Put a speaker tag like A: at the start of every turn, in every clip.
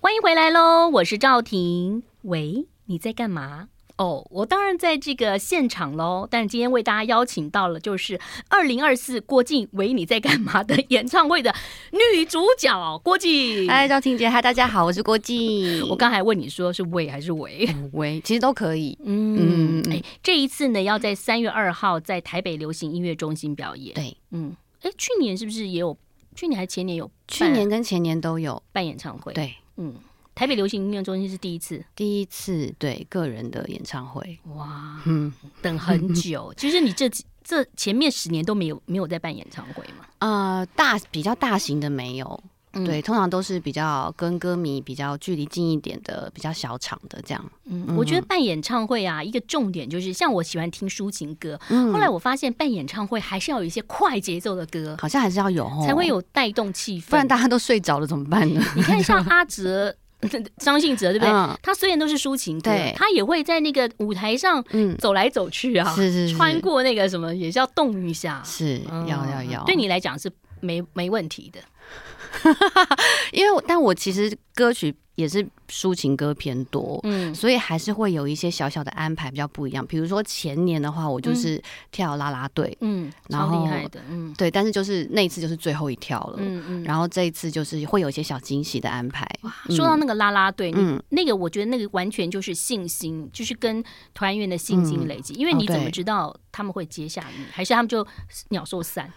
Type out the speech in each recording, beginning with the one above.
A: 欢迎回来喽，我是赵婷。喂，你在干嘛？哦，我当然在这个现场喽。但今天为大家邀请到了就是二零二四郭靖“喂你在干嘛”的演唱会的女主角郭靖。
B: 嗨，哎赵婷姐，嗨，大家好，我是郭靖。
A: 我刚才问你说是喂还是喂？
B: 喂，其实都可以。
A: 嗯，哎、这一次呢要在三月二号在台北流行音乐中心表演。
B: 对，
A: 嗯，哎，去年是不是也有？去年还前年有
B: 去年跟前年都有。
A: 办演唱会？，
B: 对，
A: 嗯，台北流行音乐中心是第一次。
B: 第一次对个人的演唱会。
A: 哇，
B: 嗯
A: 等很久，就是你这几这前面十年都没有没有在办演唱会嘛？
B: 呃，大比较大型的没有，
A: 嗯
B: 对，，通常都是比较跟歌迷比较距离近一点的，比较小场的这样。
A: 嗯，我觉得办演唱会啊，一个重点就是像我喜欢听抒情歌，
B: 嗯
A: 后来我发现办演唱会还是要有一些快节奏的歌，
B: 好像还是要有哦，
A: 才会，有带动气氛。
B: 不然大家都睡着了怎么办呢？
A: 你看像阿哲、 张信 哲，对不对？
B: 嗯
A: 他虽然都是抒情歌
B: 对，
A: 他也会在那个舞台上
B: 嗯，
A: 走来走去啊，
B: 是是是
A: 穿过那个什么也是要动一下，
B: 是
A: 嗯
B: 要要要。
A: 对你来讲是没没问题的。
B: 因为我但我其实歌曲也是抒情歌偏多。
A: 嗯，
B: 所以还是会有一些小小的安排比较不一样，比如说前年的话，我就是跳啦啦队，
A: 嗯，
B: 然
A: 超
B: 后
A: 厉害的，嗯
B: 对，但是就是那一次就是最后一跳了，
A: 嗯嗯。
B: 然后这一次就是会有一些小惊喜的安排。 嗯
A: 说到那个啦啦队，你
B: 嗯
A: 那个我觉得那个完全就是信心，就是跟团员的信心累积。因为
B: 哦
A: 你怎么
B: 对
A: 知道他们会接下你，还是他们就鸟兽散？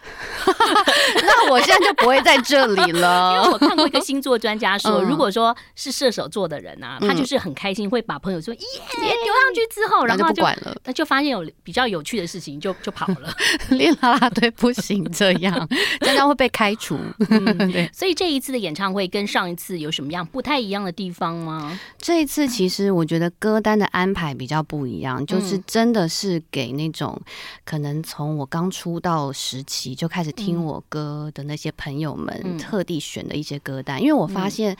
B: 那我现在就不会在这里
A: 因
B: 了
A: 为。我看过一个星座专家说，
B: 哦 嗯
A: 如果说是射手座的人啊，
B: 嗯
A: 他就是很开心，会把朋友说耶丢上去之后，然
B: 然后
A: 后
B: 就不
A: 就。
B: 管了，
A: 那就发现有比较有趣的事情就，就跑了。
B: 练啦啦队不行，这样这样会被开除。嗯对，
A: 嗯所以这一次的演唱会跟上一次有什么样不太一样的地方吗？
B: 这一次其实我觉得歌单的安排比较不一样，就是
A: 嗯
B: 真的是给那种可能从我刚出道时期就开始听我歌的那些朋友
A: 嗯
B: 们特地选的一些歌单，因为我发现。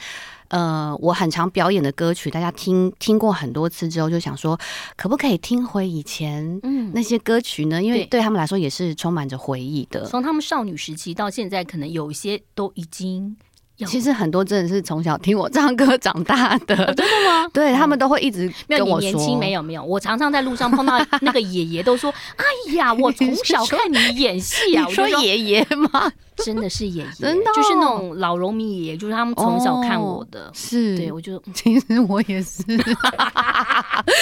B: 呃，我很常表演的歌曲，大家听听过很多次之后，就想说，可不可以听回以前
A: 嗯，
B: 那些歌曲呢？因为
A: 对
B: 对他们来说也是充满着回忆的。
A: 从他们少女时期到现在，可能有一些都已经要
B: 其实很多真的是从小听我唱歌长大
A: 哦
B: 的，真的吗？ 对他们都会一直
A: 嗯没
B: 跟
A: 有，你
B: 我说，
A: 年轻没有没有，我常常在路上碰到那个爷爷，都说：“哎呀，我从小看你演戏啊！”我
B: 你
A: 就
B: 说
A: 说
B: 爷爷吗？
A: 真的是爷爷，
B: 真的哦
A: 就是那种老农民爷爷，就是他们从小看我的。
B: 是
A: 对，我就
B: 其实我也是，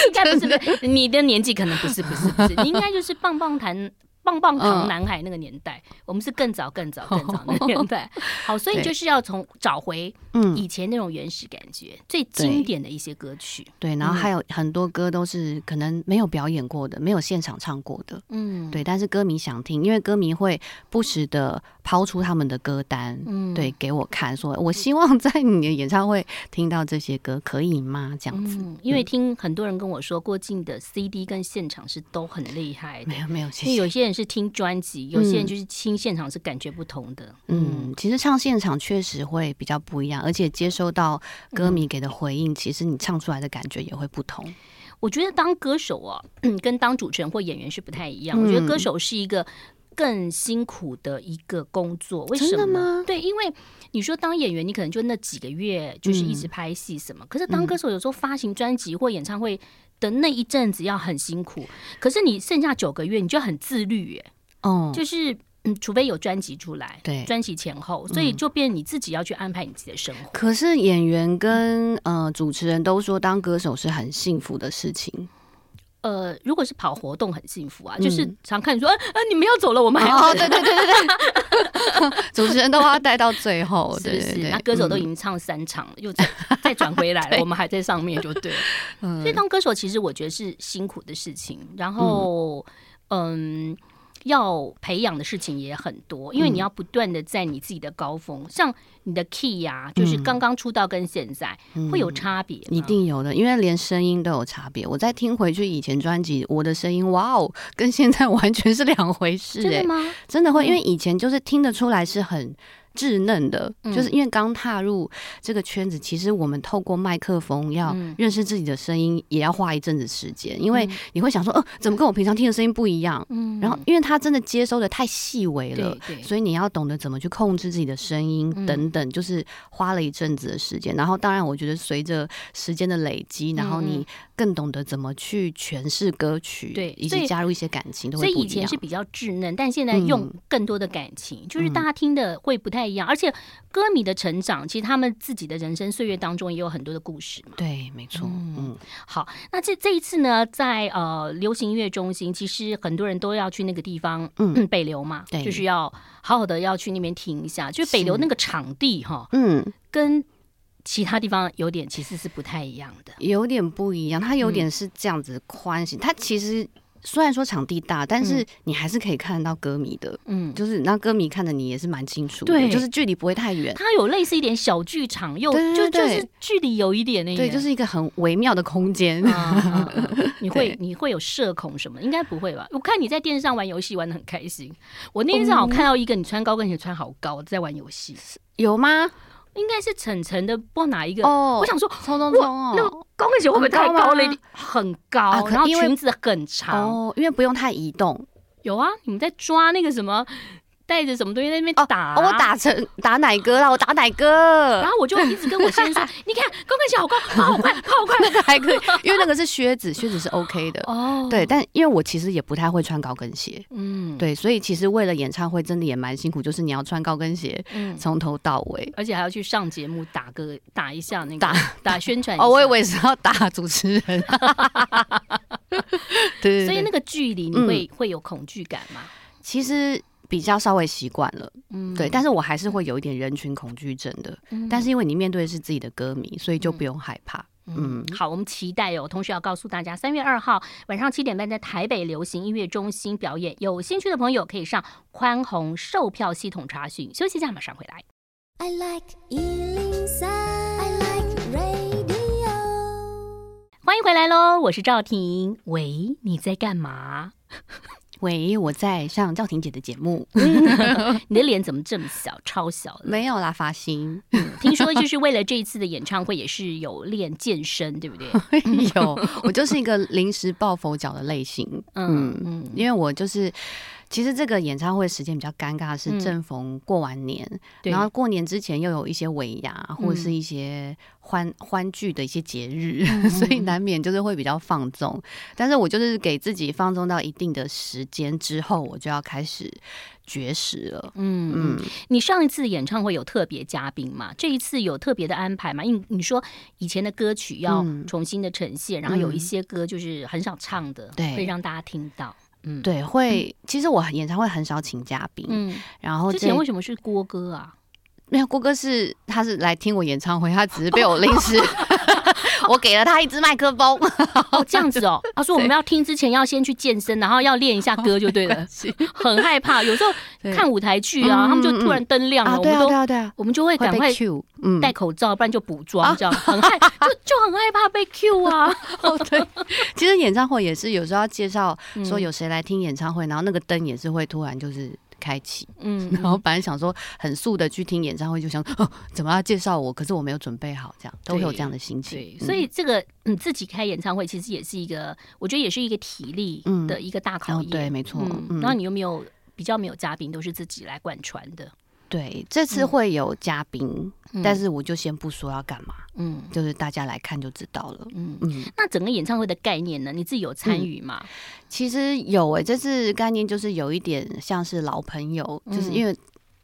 A: 应该不是不是 你的年纪，可能不是不是不是，你应该就是棒棒糖棒棒糖
B: 嗯
A: 男孩那个年代，我们是更早更早更早那个年 代。好，所以
B: 对
A: 就是要从找回
B: 嗯，
A: 以前那种原始感觉，最经典的一些歌曲。
B: 对，然后还有很多歌都是可能没有表演过的，没有现场唱过的，
A: 嗯，，
B: 对，但是歌迷想听，因为歌迷会不时的抛出他们的歌单，
A: 嗯
B: 对，给我看，说我希望在你的演唱会听到这些歌，可以吗？这样子，
A: 嗯，因为听很多人跟我说，郭靖的 CD 跟现场是都很厉害的
B: 没。有没有，谢
A: 因为有
B: 谢。
A: 些人是听专辑，有些人
B: 嗯
A: 就是听现场是感觉不同的。
B: 嗯，其实唱现场确实会比较不一样，而且接收到歌迷给的回应，其实你唱出来的感觉也会不同。
A: 我觉得当歌手啊， 跟当主持人或演员是不太一样。
B: 嗯
A: 我觉得歌手是一个更辛苦的一个工作。为什
B: 真的
A: 么
B: 吗？
A: 对，因为你说当演员，你可能就那几个月就是
B: 嗯
A: 一直拍戏什么，可是当歌手有时候发行专辑或演唱会。的那一阵子要很辛苦，可是你剩下九个月，你就很自律耶、
B: 哦，
A: 就是嗯，除非有专辑出来，
B: 对嗯
A: 专辑前后，所以就变你自己要去安排你自己的生活。
B: 可是演员跟呃主持人都说，当歌手是很幸福的 事情。
A: 呃，如果是跑活动很幸福啊，就是
B: 嗯
A: 常看你说，啊啊，你们要走了，我们还要
B: 哦，对对对对对， 主持人都要带到最后，
A: 是不
B: 对哦对
A: 是？
B: 对。
A: 那歌手都已
B: 嗯
A: 经唱三场了，又再再转回 来了，我们还在上面就对了。
B: 嗯
A: 所以当歌手其实我觉得是辛苦的事情，然后嗯。要培养的事情也很多，
B: 嗯
A: 因为你要不断的在你自己的高峰，像你的 key 呀、就是
B: 嗯
A: 刚刚出道跟现在、会有差别吗，
B: 一定有的，因为连声音都有差别。我在听回去以前专辑，我的声音哇哦，跟现在完全是两回事、
A: 真
B: 哎
A: 的吗？
B: 真的
A: 嗯
B: 会，因为以前就是听得出来是很稚嫩的，
A: 嗯
B: 就是因为刚踏入这个圈子，其实我们透过麦克风要
A: 嗯
B: 认识自己的声音，也要花一阵子时间，因为
A: 嗯
B: 你会想说，呃，怎么跟我平常听的声音不一样？
A: 嗯
B: 然后，因为它真的接收的太细微了
A: 对，对，
B: 所以你要懂得怎么去控制自己的声音
A: 嗯
B: 等等，就是花了一阵子的时间。然后，当然，我觉得随着时间的累积，然后
A: 嗯嗯
B: 你更懂得怎么去诠释歌曲，
A: 对
B: 以
A: 所以
B: 及加入一些感情，都
A: 所
B: 会
A: 以
B: 不
A: 以
B: 一样
A: 前是。比较稚嫩，但现在
B: 嗯
A: 用更多的感情，就是大家听的会不太一样，而且歌迷的成长，其实他们自己的人生岁月当中也有很多的故事嘛。
B: 对，没错，
A: 嗯
B: 嗯
A: 好，那这这一次呢，在呃流行音乐中心，其实很多人都要去那个地方，
B: 嗯
A: 嗯，北流嘛，
B: 对
A: 就是要好好的要去那边听一下，就北流
B: 是
A: 那个场地哈，
B: 嗯，
A: 跟其他地方有点其实是不太一样的。
B: 有点不一样，它有
A: 嗯
B: 点是这样子宽型，它其实。虽然说场地大，但是你还是可以看得到歌迷的，
A: 嗯，
B: 就是那歌迷看的你也是蛮清楚的，
A: 对
B: 就是距离不会太远，
A: 它有类似一点小剧场，又
B: 对
A: 就就
B: 对对
A: 是距离有一点那
B: 对，
A: 个
B: 就是一个很微妙的空间。
A: 啊， 啊啊你会
B: 对
A: 你会有社恐什么的？应该不会吧？我看你在电视上玩游戏玩的很开心。我那天正好看到一个你穿高跟鞋穿好高在玩游戏，
B: 有吗？
A: 应该是晨晨的，不知道哪一个。
B: 哦
A: 我想说，
B: 冲
A: 哇
B: 冲冲哦，
A: 那个高跟鞋会不会太高了一点？很高，
B: 啊可
A: 然后
B: 因为
A: 裙子很长。
B: 哦，因为不用太移动。
A: 有啊，你们在抓那个什么，带着什么东西在那边
B: 哦
A: 打、啊
B: 哦，我。打成打奶哥啦，我打奶哥
A: 然，后我就一直跟我先生 说：“你看高跟鞋好高，跑好快，跑好快。
B: 那个 还可以，因为那个是靴子，靴子是 OK ”的。
A: 哦
B: 对，，但因为我其实也不太会穿高跟鞋，
A: 嗯，
B: 对，所以其实为了演唱会真的也蛮辛苦，就是你要穿高跟鞋
A: 嗯，
B: 从头到尾。
A: 而且还要去上节目打个打一下那个
B: 打
A: 打宣传一下
B: 哦，我以为是要打主持人， 对对对，
A: 所以那个距离你
B: 嗯
A: 会、会有恐惧感吗？
B: 其实比较稍微习惯了，
A: 嗯
B: 对，但是我还是会有一点人群恐惧症的，
A: 嗯
B: 但是因为你面对的是自己的歌迷，所以就不用害怕，嗯，
A: 好，我们期待哦。同时要告诉大家，三月二号晚上七点半在台北流行音乐中心表演，有兴趣的朋友可以上宽宏售票系统查询。休息一下，马上回来。
C: I like Ealing Sound. I like radio.
A: 欢迎回来喽，我是赵婷。喂，你在干 嘛？
B: 喂，我在上赵婷姐的节目，
A: 你的脸怎么这么小，超小的？
B: 没有啦，发 型
A: 听说就是为了这一次的演唱会，也是有练健身，对不对？
B: 有，我就是一个临时抱佛脚的类型，
A: 嗯
B: 嗯
A: 嗯
B: 因为我就是，其实这个演唱会时间比较尴尬，
A: 嗯
B: 是正逢过完年，
A: 对嗯
B: 然后过年之前又有一些尾牙或者是一些欢欢聚的一些节日，
A: 嗯
B: 所以难免就是会比较放纵。但是我就是给自己放纵到一定的时间之后，我就要开始绝食了。
A: 嗯嗯
B: 嗯，
A: 你上一次演唱会有特别嘉宾吗？这一次有特别的安排吗？因为你说以前的歌曲要
B: 嗯
A: 重新的呈现，然后有一些歌就是很少唱的，
B: 对
A: 会让大家听到。嗯，，
B: 对，会。其实我演唱会很少请嘉宾，
A: 嗯，
B: 然后
A: 之
B: 这
A: 前为什么是郭哥 啊？
B: 没有，郭哥是他是来听我演唱会，他只是被我临时， 我给了他一支麦克风，
A: 哦，这样子哦，他说我们要听之前要先去健身，然后要练一下歌就对 了。很害怕，有时候
B: 对
A: 看舞台剧啊，
B: 嗯
A: 他们就突然灯亮了，
B: 啊，
A: 我
B: 对
A: 们
B: 啊，对
A: 都
B: 啊，对啊，
A: 我们就会
B: 会
A: 赶快
B: 被 Q，嗯，啊
A: 戴口罩，不然就补妆，这样很 害就就很害怕被 Q 啊。
B: 哦，对，其实演唱会也是有时候要介绍
A: 嗯
B: 说有谁来听演唱会，然后那个灯也是会突然就是开启，
A: 嗯，
B: 然后本来想说很素的去听演唱会，就想哦怎么要介绍我，可是我没有准备好，这样都会有这样的心情。
A: 对，
B: 嗯
A: 所以这个嗯，自己开演唱会其实也是一个，我觉得也是一个体力
B: 嗯
A: 的一个大考
B: 哦
A: 验。
B: 对，没错，
A: 嗯，然后你有没有比较没有嘉宾，都是自己来贯穿的？
B: 对，这次
A: 嗯
B: 会有嘉宾，
A: 嗯
B: 但是我就先不说要干嘛，
A: 嗯
B: 就是大家来看就知道了。
A: 嗯，
B: 嗯，
A: 那整个演唱会的概念呢？你自己有参与吗？
B: 其实有诶、这次概念就是有一点像是老朋友，就是
A: 嗯
B: 因为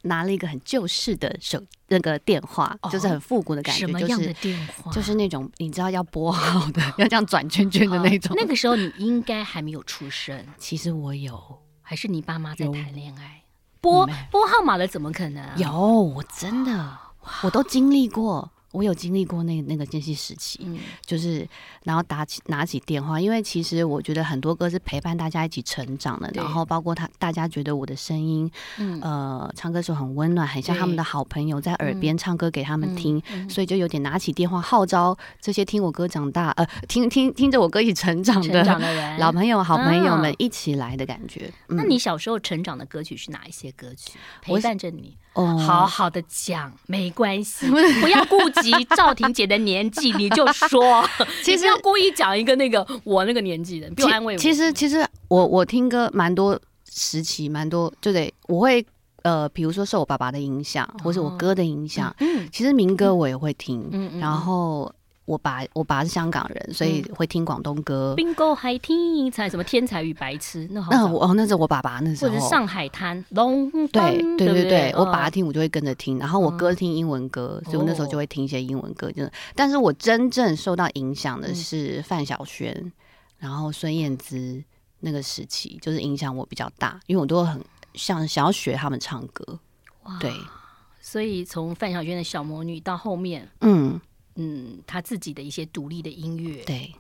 B: 拿了一个很旧式的手那个电话，
A: 哦
B: 就是很复古的感觉，
A: 什么
B: 就
A: 样
B: 是
A: 的电话？
B: 就是那种你知道要拨号的，要这样转圈圈的那种。
A: 哦啊那个时候你应该还没有出 生，
B: 其实我有
A: 还是你爸妈在
B: 有
A: 谈恋爱？拨
B: 没
A: 嗯拨号码了，怎么可能？
B: 有，我真的我都经历过。我有经历过那那个间隙时期，
A: 嗯
B: 就是然后打起拿起电话，因为其实我觉得很多歌是陪伴大家一起成长的，
A: 对
B: 然后包括他大家觉得我的声音，
A: 嗯
B: 呃，唱歌时候很温暖，很像他们的好朋友在耳边唱歌给他们听，
A: 嗯
B: 所以就有点拿起电话号召这些听我歌长大，呃，听听听着我歌一起成长
A: 成
B: 的
A: 长的人
B: 嗯老朋友、好朋友们
A: 啊
B: 一起来的感觉。
A: 那
B: 嗯
A: 你小时候成长的歌曲是哪一些歌曲陪
B: 我
A: 伴着你？
B: 哦
A: 好好的讲，没关 系，不要顾及赵婷姐的年纪，你就说。
B: 其
A: 你
B: 实
A: 不要故意讲一个那个我那个年纪的，不要
B: 其
A: 安慰我。嗯
B: 其实其实我我听歌蛮多时期，蛮多就得我会呃，比如说受我爸爸的影响，或是我哥的影响。
A: 哦嗯
B: 其实民歌我也会听，
A: 嗯嗯
B: 然后我爸我爸是香港人，所以会听广东歌。
A: ，bingo 还听才什么天才与白痴，那好
B: 那
A: 像
B: 我哦，那是我爸爸那时
A: 或者是
B: 候。
A: 上海滩龙
B: 对
A: 对
B: 嗯对嗯
A: 不
B: 对对，我
A: 哦
B: 爸爸听我就会跟着听，然后我哥听英文歌，所以我那时候就会听一些英文歌。就是，但是我真正受到影响的是范晓萱，然后孙燕姿那个时期，就是影响我比较大，因为我都很想想要学他们唱歌。对，
A: 所以从范晓萱的小魔女到后面，
B: 嗯，
A: 嗯，她自己的一些独立的音乐，
B: 对，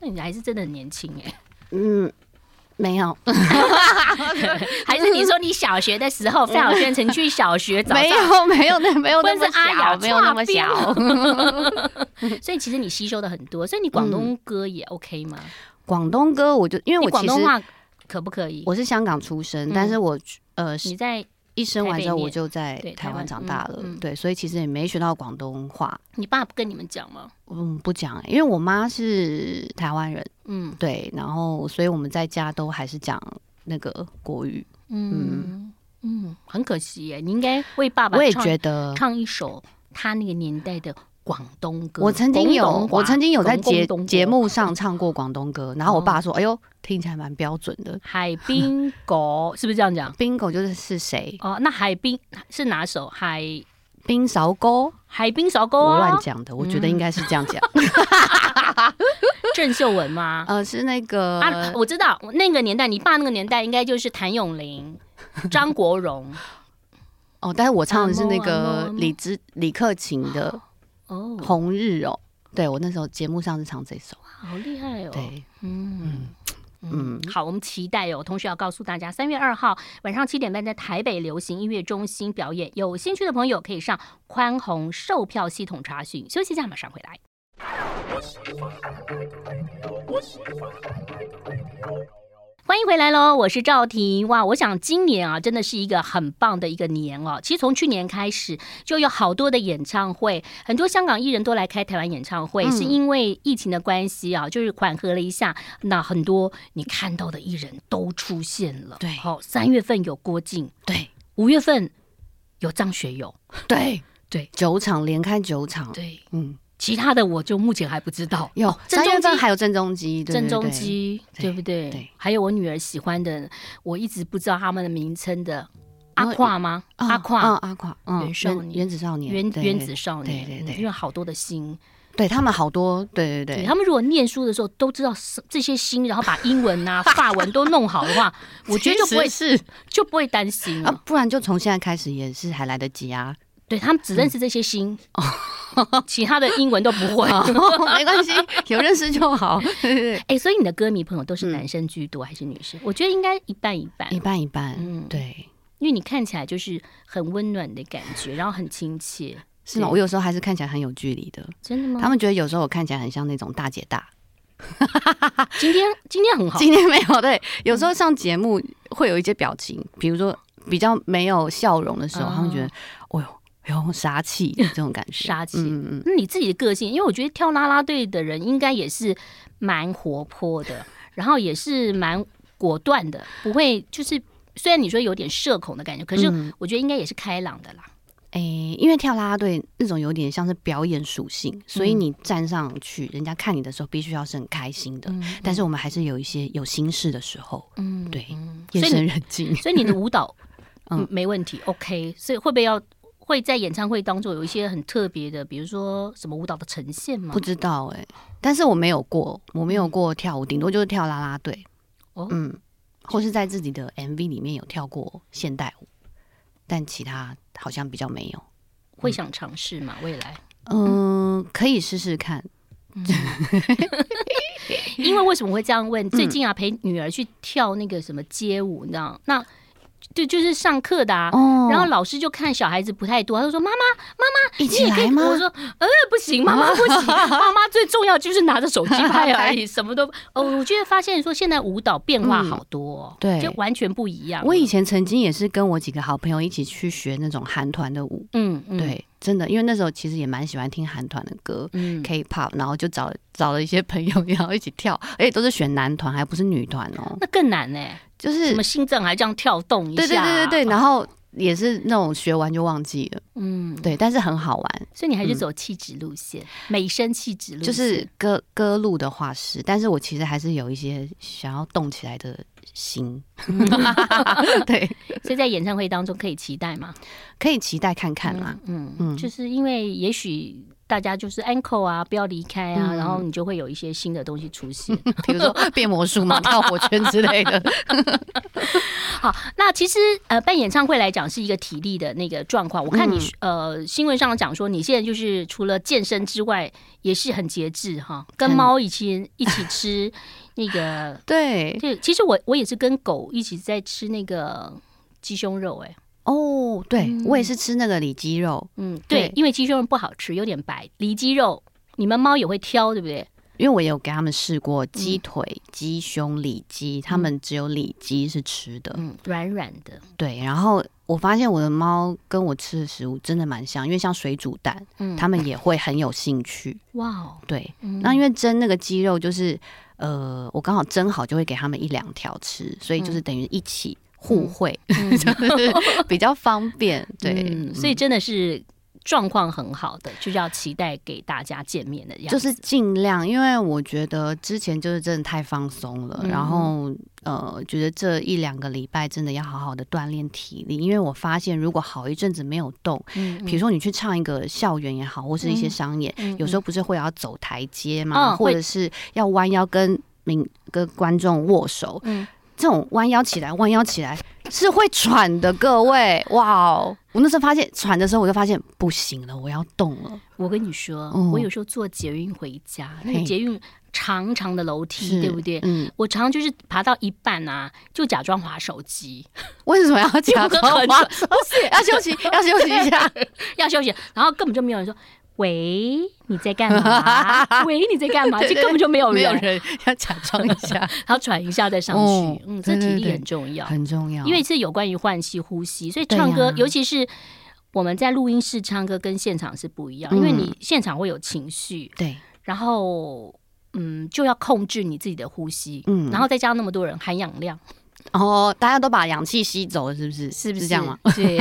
A: 那你还是真的很年轻哎、
B: 嗯，没有，
A: 还是你说你小学的时候，范晓萱曾去小学早
B: 没
A: 上，
B: 有，没有那没有那
A: 问是
B: 么
A: 阿雅啊
B: 小，没有那么小。
A: 所以其实你吸收的很多，所以你广东歌也 OK 吗？
B: 广东歌，我就因为
A: 你
B: 我
A: 广
B: 其实
A: 东话可不可以？
B: 我是香港出生，
A: 嗯
B: 但是我呃
A: 你在
B: 一生完之
A: 台
B: 后，
A: 北念
B: 我就在
A: 对台
B: 台
A: 湾
B: 湾长大了，
A: 嗯嗯
B: 对，所以其实也没学到广东话，
A: 你爸不跟你们讲吗？
B: 嗯，不讲、欸，因为我妈是台湾人，
A: 嗯
B: 对，然后所以我们在家都还是讲那个国语，
A: 嗯嗯，很可惜耶，你应该为爸爸
B: 我也
A: 啊唱
B: 觉得。
A: 唱一首他那个年代的广东歌。
B: 我曾经有，我曾经有在节节
A: 目。
B: 目上唱过广东歌，然后我
A: 哦
B: 爸说：“哎呦，听起来蛮标准的。
A: 海滨狗是不是这样讲？
B: ”Bingo 就是是谁？
A: 哦，那海滨是哪首？海
B: 冰勺沟，
A: 海滨勺钩
B: 我
A: 啊
B: 乱，讲的，我觉得应该是这 样讲。
A: 郑秀文吗？
B: 呃，是那个
A: 啊，我知道，我那个年代，你爸那个年代应该就是谭咏 麟、张国荣。
B: 哦，但是我唱的是
A: 阿
B: 那
A: 嬷阿嬷
B: 个
A: 阿嬷
B: 李知李克勤的
A: 哦，
B: 《红日》哦，对我那时候节目上是唱这首，
A: 好厉害哦！
B: 对，
A: 嗯。嗯
B: 嗯，
A: 好，我们期待哦。同时要告诉大家，三月二号晚上七点半在台北流行音乐中心表演，有兴趣的朋友可以上宽宏售票系统查询。休息一下，马上回来。欢迎回来喽，我是赵婷。哇，我想今年啊，真的是一个很棒的一个年哦。其实从去年开始，就有好多的演唱会，很多香港艺人都来开台湾演唱会，
B: 嗯
A: 是因为疫情的关系啊，就是缓和了一下。那很多你看到的艺人都出现了，
B: 对
A: 好、三月份有郭靖，
B: 对
A: 五月份有张学友，
B: 对
A: 对
B: 九场连开九场，
A: 对，
B: 嗯，
A: 其他的我就目前还不知道。
B: 有
A: 郑
B: 三
A: 中
B: 月份
A: 基
B: 还有郑中基，对
A: 郑
B: 对
A: 中
B: 对
A: 基，
B: 对
A: 对不对？
B: 对
A: 还有我女儿喜欢的，我一直不知道他们的名称的
B: 然
A: 阿
B: 后
A: 胯吗？
B: 嗯
A: 阿
B: 嗯
A: 胯，
B: 阿胯，嗯，
A: 原少年
B: 原子少年，
A: 原
B: 对
A: 原子，少
B: 对
A: 年，
B: 对
A: 嗯
B: 对
A: 因为好多的星，
B: 对他们好多，对对
A: 对
B: 对
A: 他，们如果念书的时候都知道是这些星，然后把英文 啊、法文都弄好的话，我觉得就不会嗯
B: 其实是
A: 就不会担心
B: 啊
A: 了。，
B: 不然就从现在开始也是还来得及 啊，
A: 对他们只认识这些星，
B: 嗯
A: 其他的英文都不会。
B: 哦 没关系，有认识就好，对对
A: 哎，所以你的歌迷朋友都是男生居多还是女生？我觉得应该一半一半
B: 嗯对，一，半一半，
A: 嗯，，
B: 对，
A: 因为你看起来就是很温暖的感觉，然后很亲切，
B: 是吗？
A: 对
B: 我有时候还是看起来很有距离的，
A: 真的吗？
B: 他们觉得有时候我看起来很像那种大姐大。
A: 今天今天很好，
B: 今天没有对，有时候上节目会有一些表情，比如说比较没有笑容的时候，
A: 哦
B: 他们觉得，哦呦，有杀气这种 感觉，
A: 杀气
B: 嗯嗯，
A: 那你自己的个性，因为我觉得跳啦啦队的人应该也是蛮活泼 的，然后也是蛮果断的，不会就是虽然你说有点社恐的感觉，可是
B: 嗯
A: 我觉得应该也是开朗的啦。
B: 哎、因为跳啦啦队那种有点像是表演属性，所以
A: 嗯
B: 你站上去，人家看你的时候必须要是很开心的。
A: 嗯，
B: 但是我们还是有一些有心事的时候，
A: 嗯
B: 对
A: 嗯所
B: 夜
A: 以
B: 深
A: 你
B: 人静。
A: 所以你的舞蹈
B: 嗯
A: 嗯没问题，OK。所以会不会要会在演唱会当中有一些很特别的，比如说什么舞蹈的呈现吗
B: 不？知道哎、但是我没有过，我没有过跳舞，顶多就是跳啦啦队，
A: 嗯哦
B: 嗯，或是在自己的 MV 里面有跳过现代舞，但其他好像比较没有。
A: 会想尝试吗？未来
B: 嗯，可以试试看。
A: 因为为什么会这样问？最近啊，陪女儿去跳那个什么街舞，你知道？那对，就是上课的啊。
B: 哦
A: 然后老师就看小孩子不太多，他就说：“妈妈，
B: 一
A: 你
B: 起
A: 也可
B: 来
A: 以。”
B: 吗？
A: 我说：“呃，不行，妈妈不行，妈妈最重要就是拿着手机拍而已，什么都……哦，我觉得发现说现在舞蹈变化好多、哦
B: 对
A: 就完全不一样了。
B: 我以前曾经也是跟我几个好朋友一起去学那种韩团的舞，
A: 嗯嗯，
B: 对，真的，因为那时候其实也蛮喜欢听韩团的歌。
A: 嗯，
B: K-pop，然后就找找了一些朋友， 然后一起跳，而且都是选男团，还不是女团哦，
A: 那更难呢、
B: 就是
A: 什么心脏还这样跳动一下、
B: 对对对对对，然后也是那种学完就忘记了，
A: 嗯，
B: 对，但是很好玩，
A: 所以你还是
B: 嗯
A: 走气质路线，美声气质路线，
B: 就是歌歌路的话是，但是我其实还是有一些想要动起来的 心，对，
A: 所以在演唱会当中可以期待嘛？
B: 可以期待看看啦。
A: 嗯，嗯
B: 嗯
A: 就是因为也许大家就是 anchor 啊，不要离开啊，
B: 嗯
A: 然后你就会有一些新的东西出现。
B: 比如说变魔术嘛、跳火圈之类的。
A: 好，那其实呃，办演唱会来讲是一个体力的那个状况。我看你、
B: 嗯
A: 呃新闻上讲说，你现在就是除了健身之外，也是很节制哈，跟
B: 嗯
A: 猫以前一起吃那 个。
B: 对，
A: 对，其实我我也是跟狗一起在吃那个鸡胸肉、哎，
B: 哦，对、
A: 嗯
B: 我也是吃那个里脊肉，
A: 嗯，对
B: 对，
A: 因为鸡胸肉不好吃，有点白，离鸡肉，你们猫也会挑，对不对？
B: 因为我也有给他们试过鸡腿、鸡胸、里脊，他们只有里脊是吃的。
A: 嗯，软软的，
B: 对，然后我发现我的猫跟我吃的食物真的蛮像，因为像水煮蛋，
A: 嗯，
B: 它们也会很有兴趣。
A: 哇哦，
B: 对，
A: 嗯
B: 那因为蒸那个鸡肉就是，呃，我刚好蒸好就会给他们一两条吃，所以就是等于一起互惠， 就是比较方便。对，
A: 嗯
B: 嗯
A: 所以真的是状况很好的，就是要期待给大家见面的样
B: 就
A: 子，
B: 是尽量，因为我觉得之前就是真的太放松了，
A: 嗯
B: 然后呃，觉得这一两个礼拜真的要好好的锻炼体力，因为我发现如果好一阵子没有动，
A: 嗯
B: 比如说你去唱一个校园也好，或是一些商演，有时候不是会要走台阶嘛，
A: 嗯
B: 或
A: 会
B: 者是要弯腰跟民跟观众握手，
A: 嗯
B: 这种弯腰起来，弯腰起来是会喘的，各位，哇哦！我那时候发现喘的时候，我就发现不行了，我要动了，
A: 我跟你说，
B: 嗯
A: 我有时候坐捷运回家，那个
B: 嘿
A: 捷运长长的楼梯，
B: 是
A: 对不对？
B: 嗯，
A: 我常常就是爬到一半啊，就假装划手 机，
B: 为什么要假
A: 因为
B: 装
A: 很
B: 弯？
A: 喘
B: 不是要休息，要休息一下。
A: 要休息，然后根本就没有人说“喂，你在干嘛？喂，你在干 嘛？”
B: 对
A: 就
B: 对
A: 根本就 没有
B: 没有
A: 人，
B: 人要假装一 下，
A: 然后喘一下再上
B: 哦
A: 去。嗯，这
B: 对
A: 体
B: 对
A: 力
B: 对
A: 很重要，
B: 很重要，
A: 因为是有关于换气、呼吸，所以
B: 哦对
A: 唱歌，
B: 呀
A: 尤其是我们在录音室唱歌跟现场是不一样，因为
B: 嗯
A: 你现场会有情绪，
B: 对，
A: 然后嗯，就要控制你自己的呼吸，
B: 嗯
A: 然后再加上那么多人含氧量，
B: 哦，大家都把氧气吸走了，是不是？
A: 是不
B: 是这样吗？？
A: 对，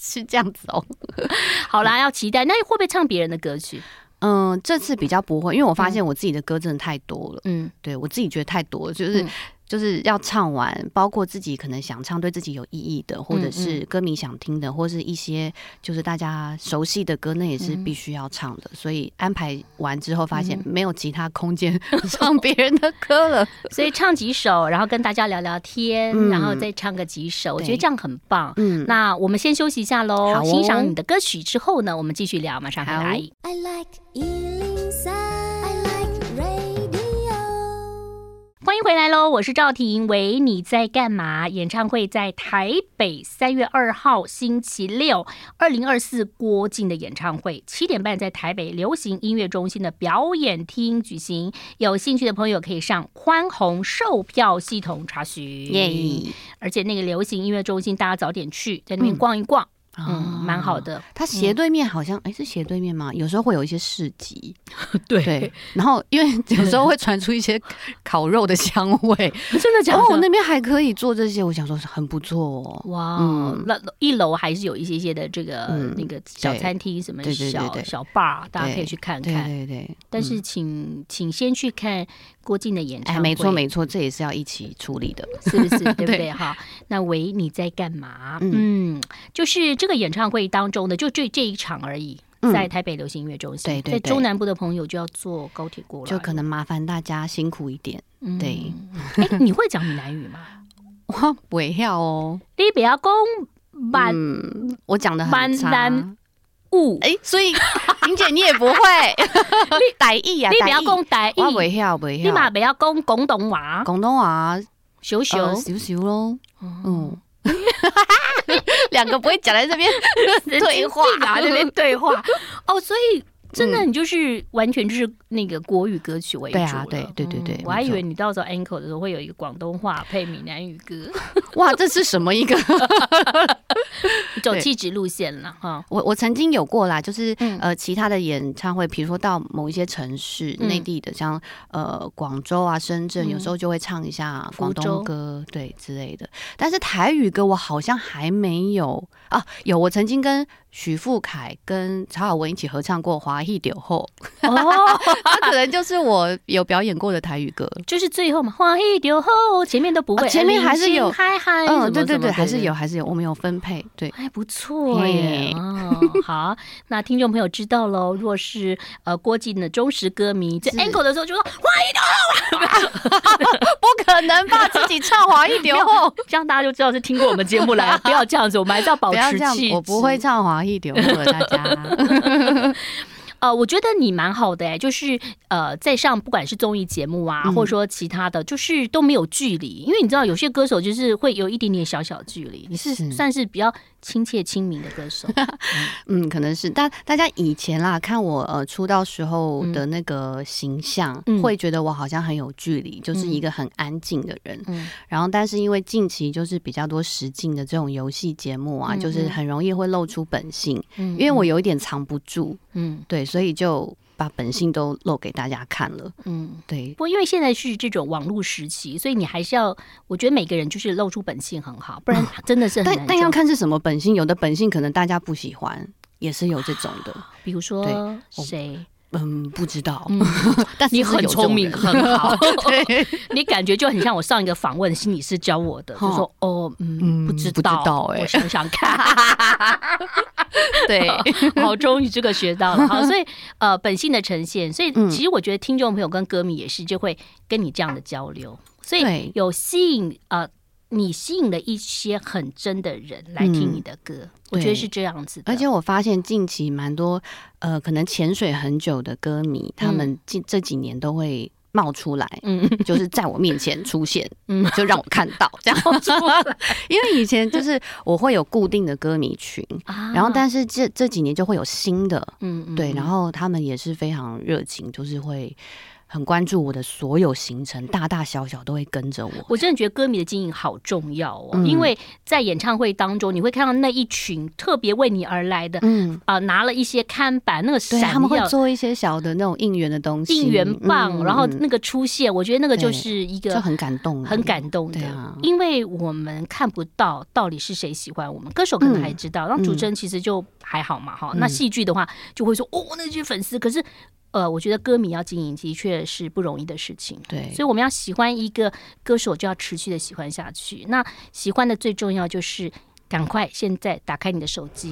B: 是这样子哦。
A: 好啦，要期待。那会不会唱别人的歌曲？
B: 嗯，这次比较不会，因为我发现我自己的歌真的太多了，
A: 嗯
B: 对我自己觉得太多了，就是、
A: 嗯
B: 就是要唱完，包括自己可能想唱对自己有意义的，
A: 嗯
B: 或者是歌迷想听的，或是一些就是大家熟悉的歌，那也是必
A: 嗯
B: 须要唱的。所以安排完之后，发现没有其他空间 唱别人的 歌了。
A: 所以唱几首，然后跟大家聊聊天，
B: 嗯
A: 然后再唱个几首，我
B: 对
A: 觉得这样很棒。
B: 嗯，
A: 那我们先休息一下喽，
B: 好哦
A: 欣赏你的歌曲之后呢，我们继续聊，马上回
B: 好
A: 来。
C: I like Ealing Sound. I like radio.
A: 欢迎回来喽，我是赵婷。喂，你在干嘛？演唱会在台北三月二号星期六，二零二四郭靖的演唱会，七点半在台北流行音乐中心的表演厅举行。有兴趣的朋友可以上宽宏售票系统查询。
B: 耶、
A: 而且那个流行音乐中心，大家早点去，在那边逛一逛，嗯，
B: 哦
A: 蛮、好。的。
B: 它啊斜对面好像，哎、是斜对面吗？有时候会有一些市集，
A: 对
B: 对。然后因为 有时候会传出一些烤肉的香味，
A: 真的假的？
B: 哦，那边还可以做这些，我想说是很不错哦。
A: 哇，
B: 嗯
A: 那一楼还是有一些些的这个、
B: 嗯
A: 那个小餐厅，什么小
B: 对对对对
A: 小 bar，大家可以去看
B: 对
A: 看。
B: 对对，
A: 但是
B: 嗯
A: 请、请先去看郭靖的演唱
B: 哎，
A: 会，
B: 没错没错，这也是要一起处理的。
A: 是 不是？对不对？
B: 对
A: 哈，那维你在干嘛？嗯
B: 嗯
A: 就是这个演唱会当中的，就这这一场而已。
B: 嗯
A: 在台北流行音乐中心，
B: 对对
A: 在
B: 对
A: 中南部的朋友就要坐高铁过来，
B: 就可能麻烦大家辛苦一点，
A: 嗯
B: 对。嗯
A: 哎、你会讲闽南语吗？
B: 哇，尾要哦，
A: 你不要讲闽
B: 嗯，我讲的
A: 蛮
B: 很差
A: 难，物，
B: 哎、所以莹姐你也不会歹 意哎 呀，
A: 你不要
B: 歹
A: 讲台
B: 意，我
A: 语，
B: 袂晓袂
A: 你嘛
B: 晓，
A: 不要讲广东话，
B: 广东话
A: 小小
B: 呃，小小咯，
A: 嗯
B: 嗯，， 两个不会讲在这边，对话
A: 啊，这边对话， 哦，所以。真
B: 嗯
A: 的，你就是完全就是那个国语歌曲为主
B: 对
A: 了
B: 啊对对对对
A: 嗯我还
B: 没
A: 以
B: 错
A: 为你到时候 anchor 的时候会有一个广东话配闽南语 歌，
B: 哇，这是什么一个？
A: 走气质路线了哈。
B: 我我曾经有过啦，就是、
A: 嗯
B: 呃其他的演唱会，比如说到某一些城市，
A: 嗯
B: 内、地的，像呃广州啊、深圳，
A: 嗯
B: 有时候就会唱一下
A: 福
B: 广
A: 州
B: 东歌，对之类的。但是台语歌我好像还没有啊，有我曾经跟许富凯跟曹晓雯一起合唱过《华裔柳后》，
A: 哦，
B: 他可能就是我有表演过的台语歌。
A: 就是最后嘛，花一丢后，前面都不会，哎
B: 啊前面还是有
A: 零星嗨嗨，什么
B: 嗯，对
A: 什
B: 对
A: 么
B: 对，还
A: 对
B: 是有，还是有，我们有分配，对。
A: 还不错耶
B: 嘿。
A: 哦，好，那听众朋友知道喽。若是呃郭靖的忠实歌迷，在
B: 是
A: angle 的时候就说哇，
B: 不可能吧？自己唱华裔 流后，
A: 这样大家就知道是听过我们节目 来，不要这样子，我们还是要保
B: 不要
A: 持
B: 这样
A: 气，质。
B: 我不会。唱华裔流后的，大 家。
A: 呃，我觉得你蛮好的哎，就是呃，在上不管是综艺节目啊，
B: 嗯
A: 或者说其他的，就是都没有距离，因为你知道有些歌手就是会有一点点小小距离，你是
B: 是
A: 算是比较亲切亲民的歌 手。
B: 嗯，可能是大大家以前啦，看我呃出道时候的那个形象，
A: 嗯
B: 会觉得我好像很有距离，就是
A: 嗯
B: 一个很安静的人。
A: 嗯
B: 然后，但是因为近期就是比较多实境的这种游戏节目啊，
A: 嗯
B: 就是
A: 嗯
B: 很容易会露出本性，
A: 嗯
B: 因为我有一点藏不住，
A: 嗯
B: 对，所以就把本性都露给大家看了。
A: 嗯。
B: 对
A: 不，过因为现在是这种网络时期，所以你还是要，我觉得每个人就是露出本性很好，不然真的是很
B: 但
A: 难。
B: 但要，看是什么本性，有的本性可能大家不喜欢，也是有这种的。
A: 比如说谁，
B: 嗯，不知道，
A: 嗯，
B: 但是
A: 你
B: 是
A: 很
B: 有这种
A: 聪明
B: 人
A: 很好
B: 对，
A: 你感觉就很像我上一个访问心理师教我的，就
B: 哦
A: 说哦，嗯，
B: 嗯
A: 不知
B: 不知
A: 道，
B: 道欸
A: 我想想看。
B: 对，
A: 好，终于这个学到了。好，所 以呃，本性的呈现，所以
B: 嗯
A: 其实我觉得听众朋友跟歌迷也是就会跟你这样的交流，所以
B: 对
A: 有吸引呃，你吸引了一些很真的人来听你的
B: 嗯
A: 歌，我觉得是这样子的。
B: 而且我发现近期蛮多呃，可能潜水很久的歌迷，他们近这几年都会冒出来，
A: 嗯，
B: 就是在我面前出现，
A: 嗯
B: 嗯，就让我看到这样。 因为以前就是我会有固定的歌迷群，
A: 啊
B: 然后但是这这几年就会有新的，
A: 嗯嗯
B: 对，然后他们也是非常热情，就是会很关注我的所有行程，大大小小都会跟着我。
A: 我真的觉得歌迷的经营好重要哦，
B: 嗯
A: 因为在演唱会当中，你会看到那一群特别为你而来的，
B: 嗯，
A: 啊，拿了一些看板，那个
B: 对，
A: 闪
B: 他们会
A: 耀
B: 做一些小的那种应援的东西，
A: 应援棒，
B: 嗯
A: 然后
B: 嗯
A: 那个出现，我觉得那个就
B: 对
A: 是一
B: 就
A: 个
B: 很感动，
A: 很感动的
B: 对啊，
A: 因为我们看不到到底是谁喜欢我们，歌手可能还知道，然后主持人其实就还好嘛哈。
B: 嗯
A: 那戏剧的话就会说哦，那些粉丝，可是呃，我觉得歌迷要经营的确是不容易的事情。
B: 对，
A: 所以我们要喜欢一个歌手，就要持续的喜欢下去。那喜欢的最重要就是赶快现在打开你的手 机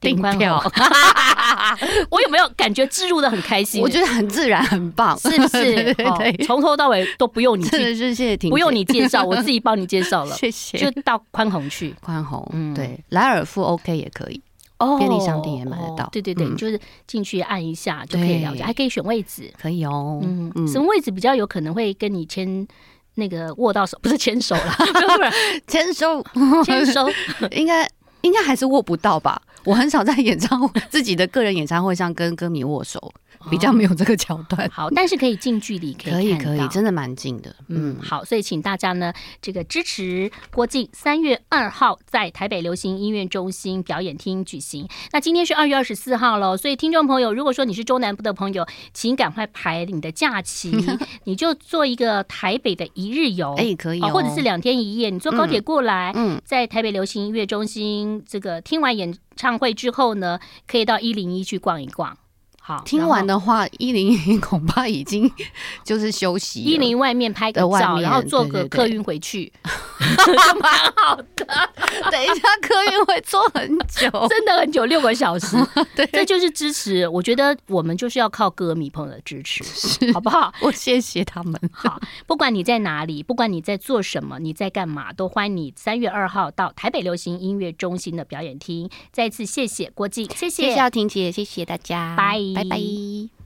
A: 点
B: 订
A: 关
B: 票
A: 好。 我有没有感觉置入的很开心？
B: 我觉得很自然，很棒，
A: 是不是
B: 对对？
A: 哦
B: 对
A: 从头到尾都不用你
B: 真
A: 去，
B: 的是谢谢婷姐，
A: 不用你介绍，我自己帮你介绍了，
B: 谢谢。
A: 就到宽宏去。
B: 宽宏，
A: 嗯
B: 对，莱尔富 OK 也可以，
A: 哦
B: 便利商店也买得到
A: 对对对，
B: 嗯
A: 你就是进去按一下就可以了解，
B: 对
A: 还可以选位置。
B: 可以哦。
A: 嗯
B: 嗯，，
A: 什么位置比较有可能会跟你牵那个握到手，不是牵手啦， 不是
B: 签收
A: 牵手。
B: 应该应该还是握不到吧？我很少在演唱会自己的个人演唱会上跟歌迷握手，比较没有这个桥 段。
A: 好，但是可以近距离哦可以
B: 可以
A: 看
B: 可以，
A: 到
B: 真的蛮近的。
A: 嗯
B: 嗯，，
A: 好，所以请大家呢，这个支持郭靖三月二号在台北流行音乐中心表演厅举行。那今天是二月二十四号喽，所以听众朋友，如果说你是中南部的朋友，请赶快排你的假 期，你就做一个台北的一日游，
B: 哎，可以
A: 啊
B: 哦，
A: 或者是两天一夜，你坐高铁过来。
B: 嗯，
A: 在台北流行音乐中心，这个听完演唱会之后呢，可以到一零一去逛一逛。好，
B: 听完的话，一零一恐怕已经 就是休息了。
A: 一零外面拍个
B: 在外
A: 照，
B: 面
A: 然后坐
B: 对
A: 个
B: 对对
A: 客运回去，就蛮好的，
B: 等 一下客运会坐很久，
A: 真的很久，六个小时，
B: 哦 对，
A: 这就是支持。我觉得我们就是要靠歌迷朋友的支持，好不好？
B: 我谢谢他们。
A: 好，不管你在哪里，不管你在做什么，你在干嘛，都欢迎你三月二号到台北流行音乐中心的表演厅。再次谢谢郭靖，谢
B: 谢谢
A: 谢，
B: 要婷姐，谢谢大家，
A: 拜
B: 拜拜。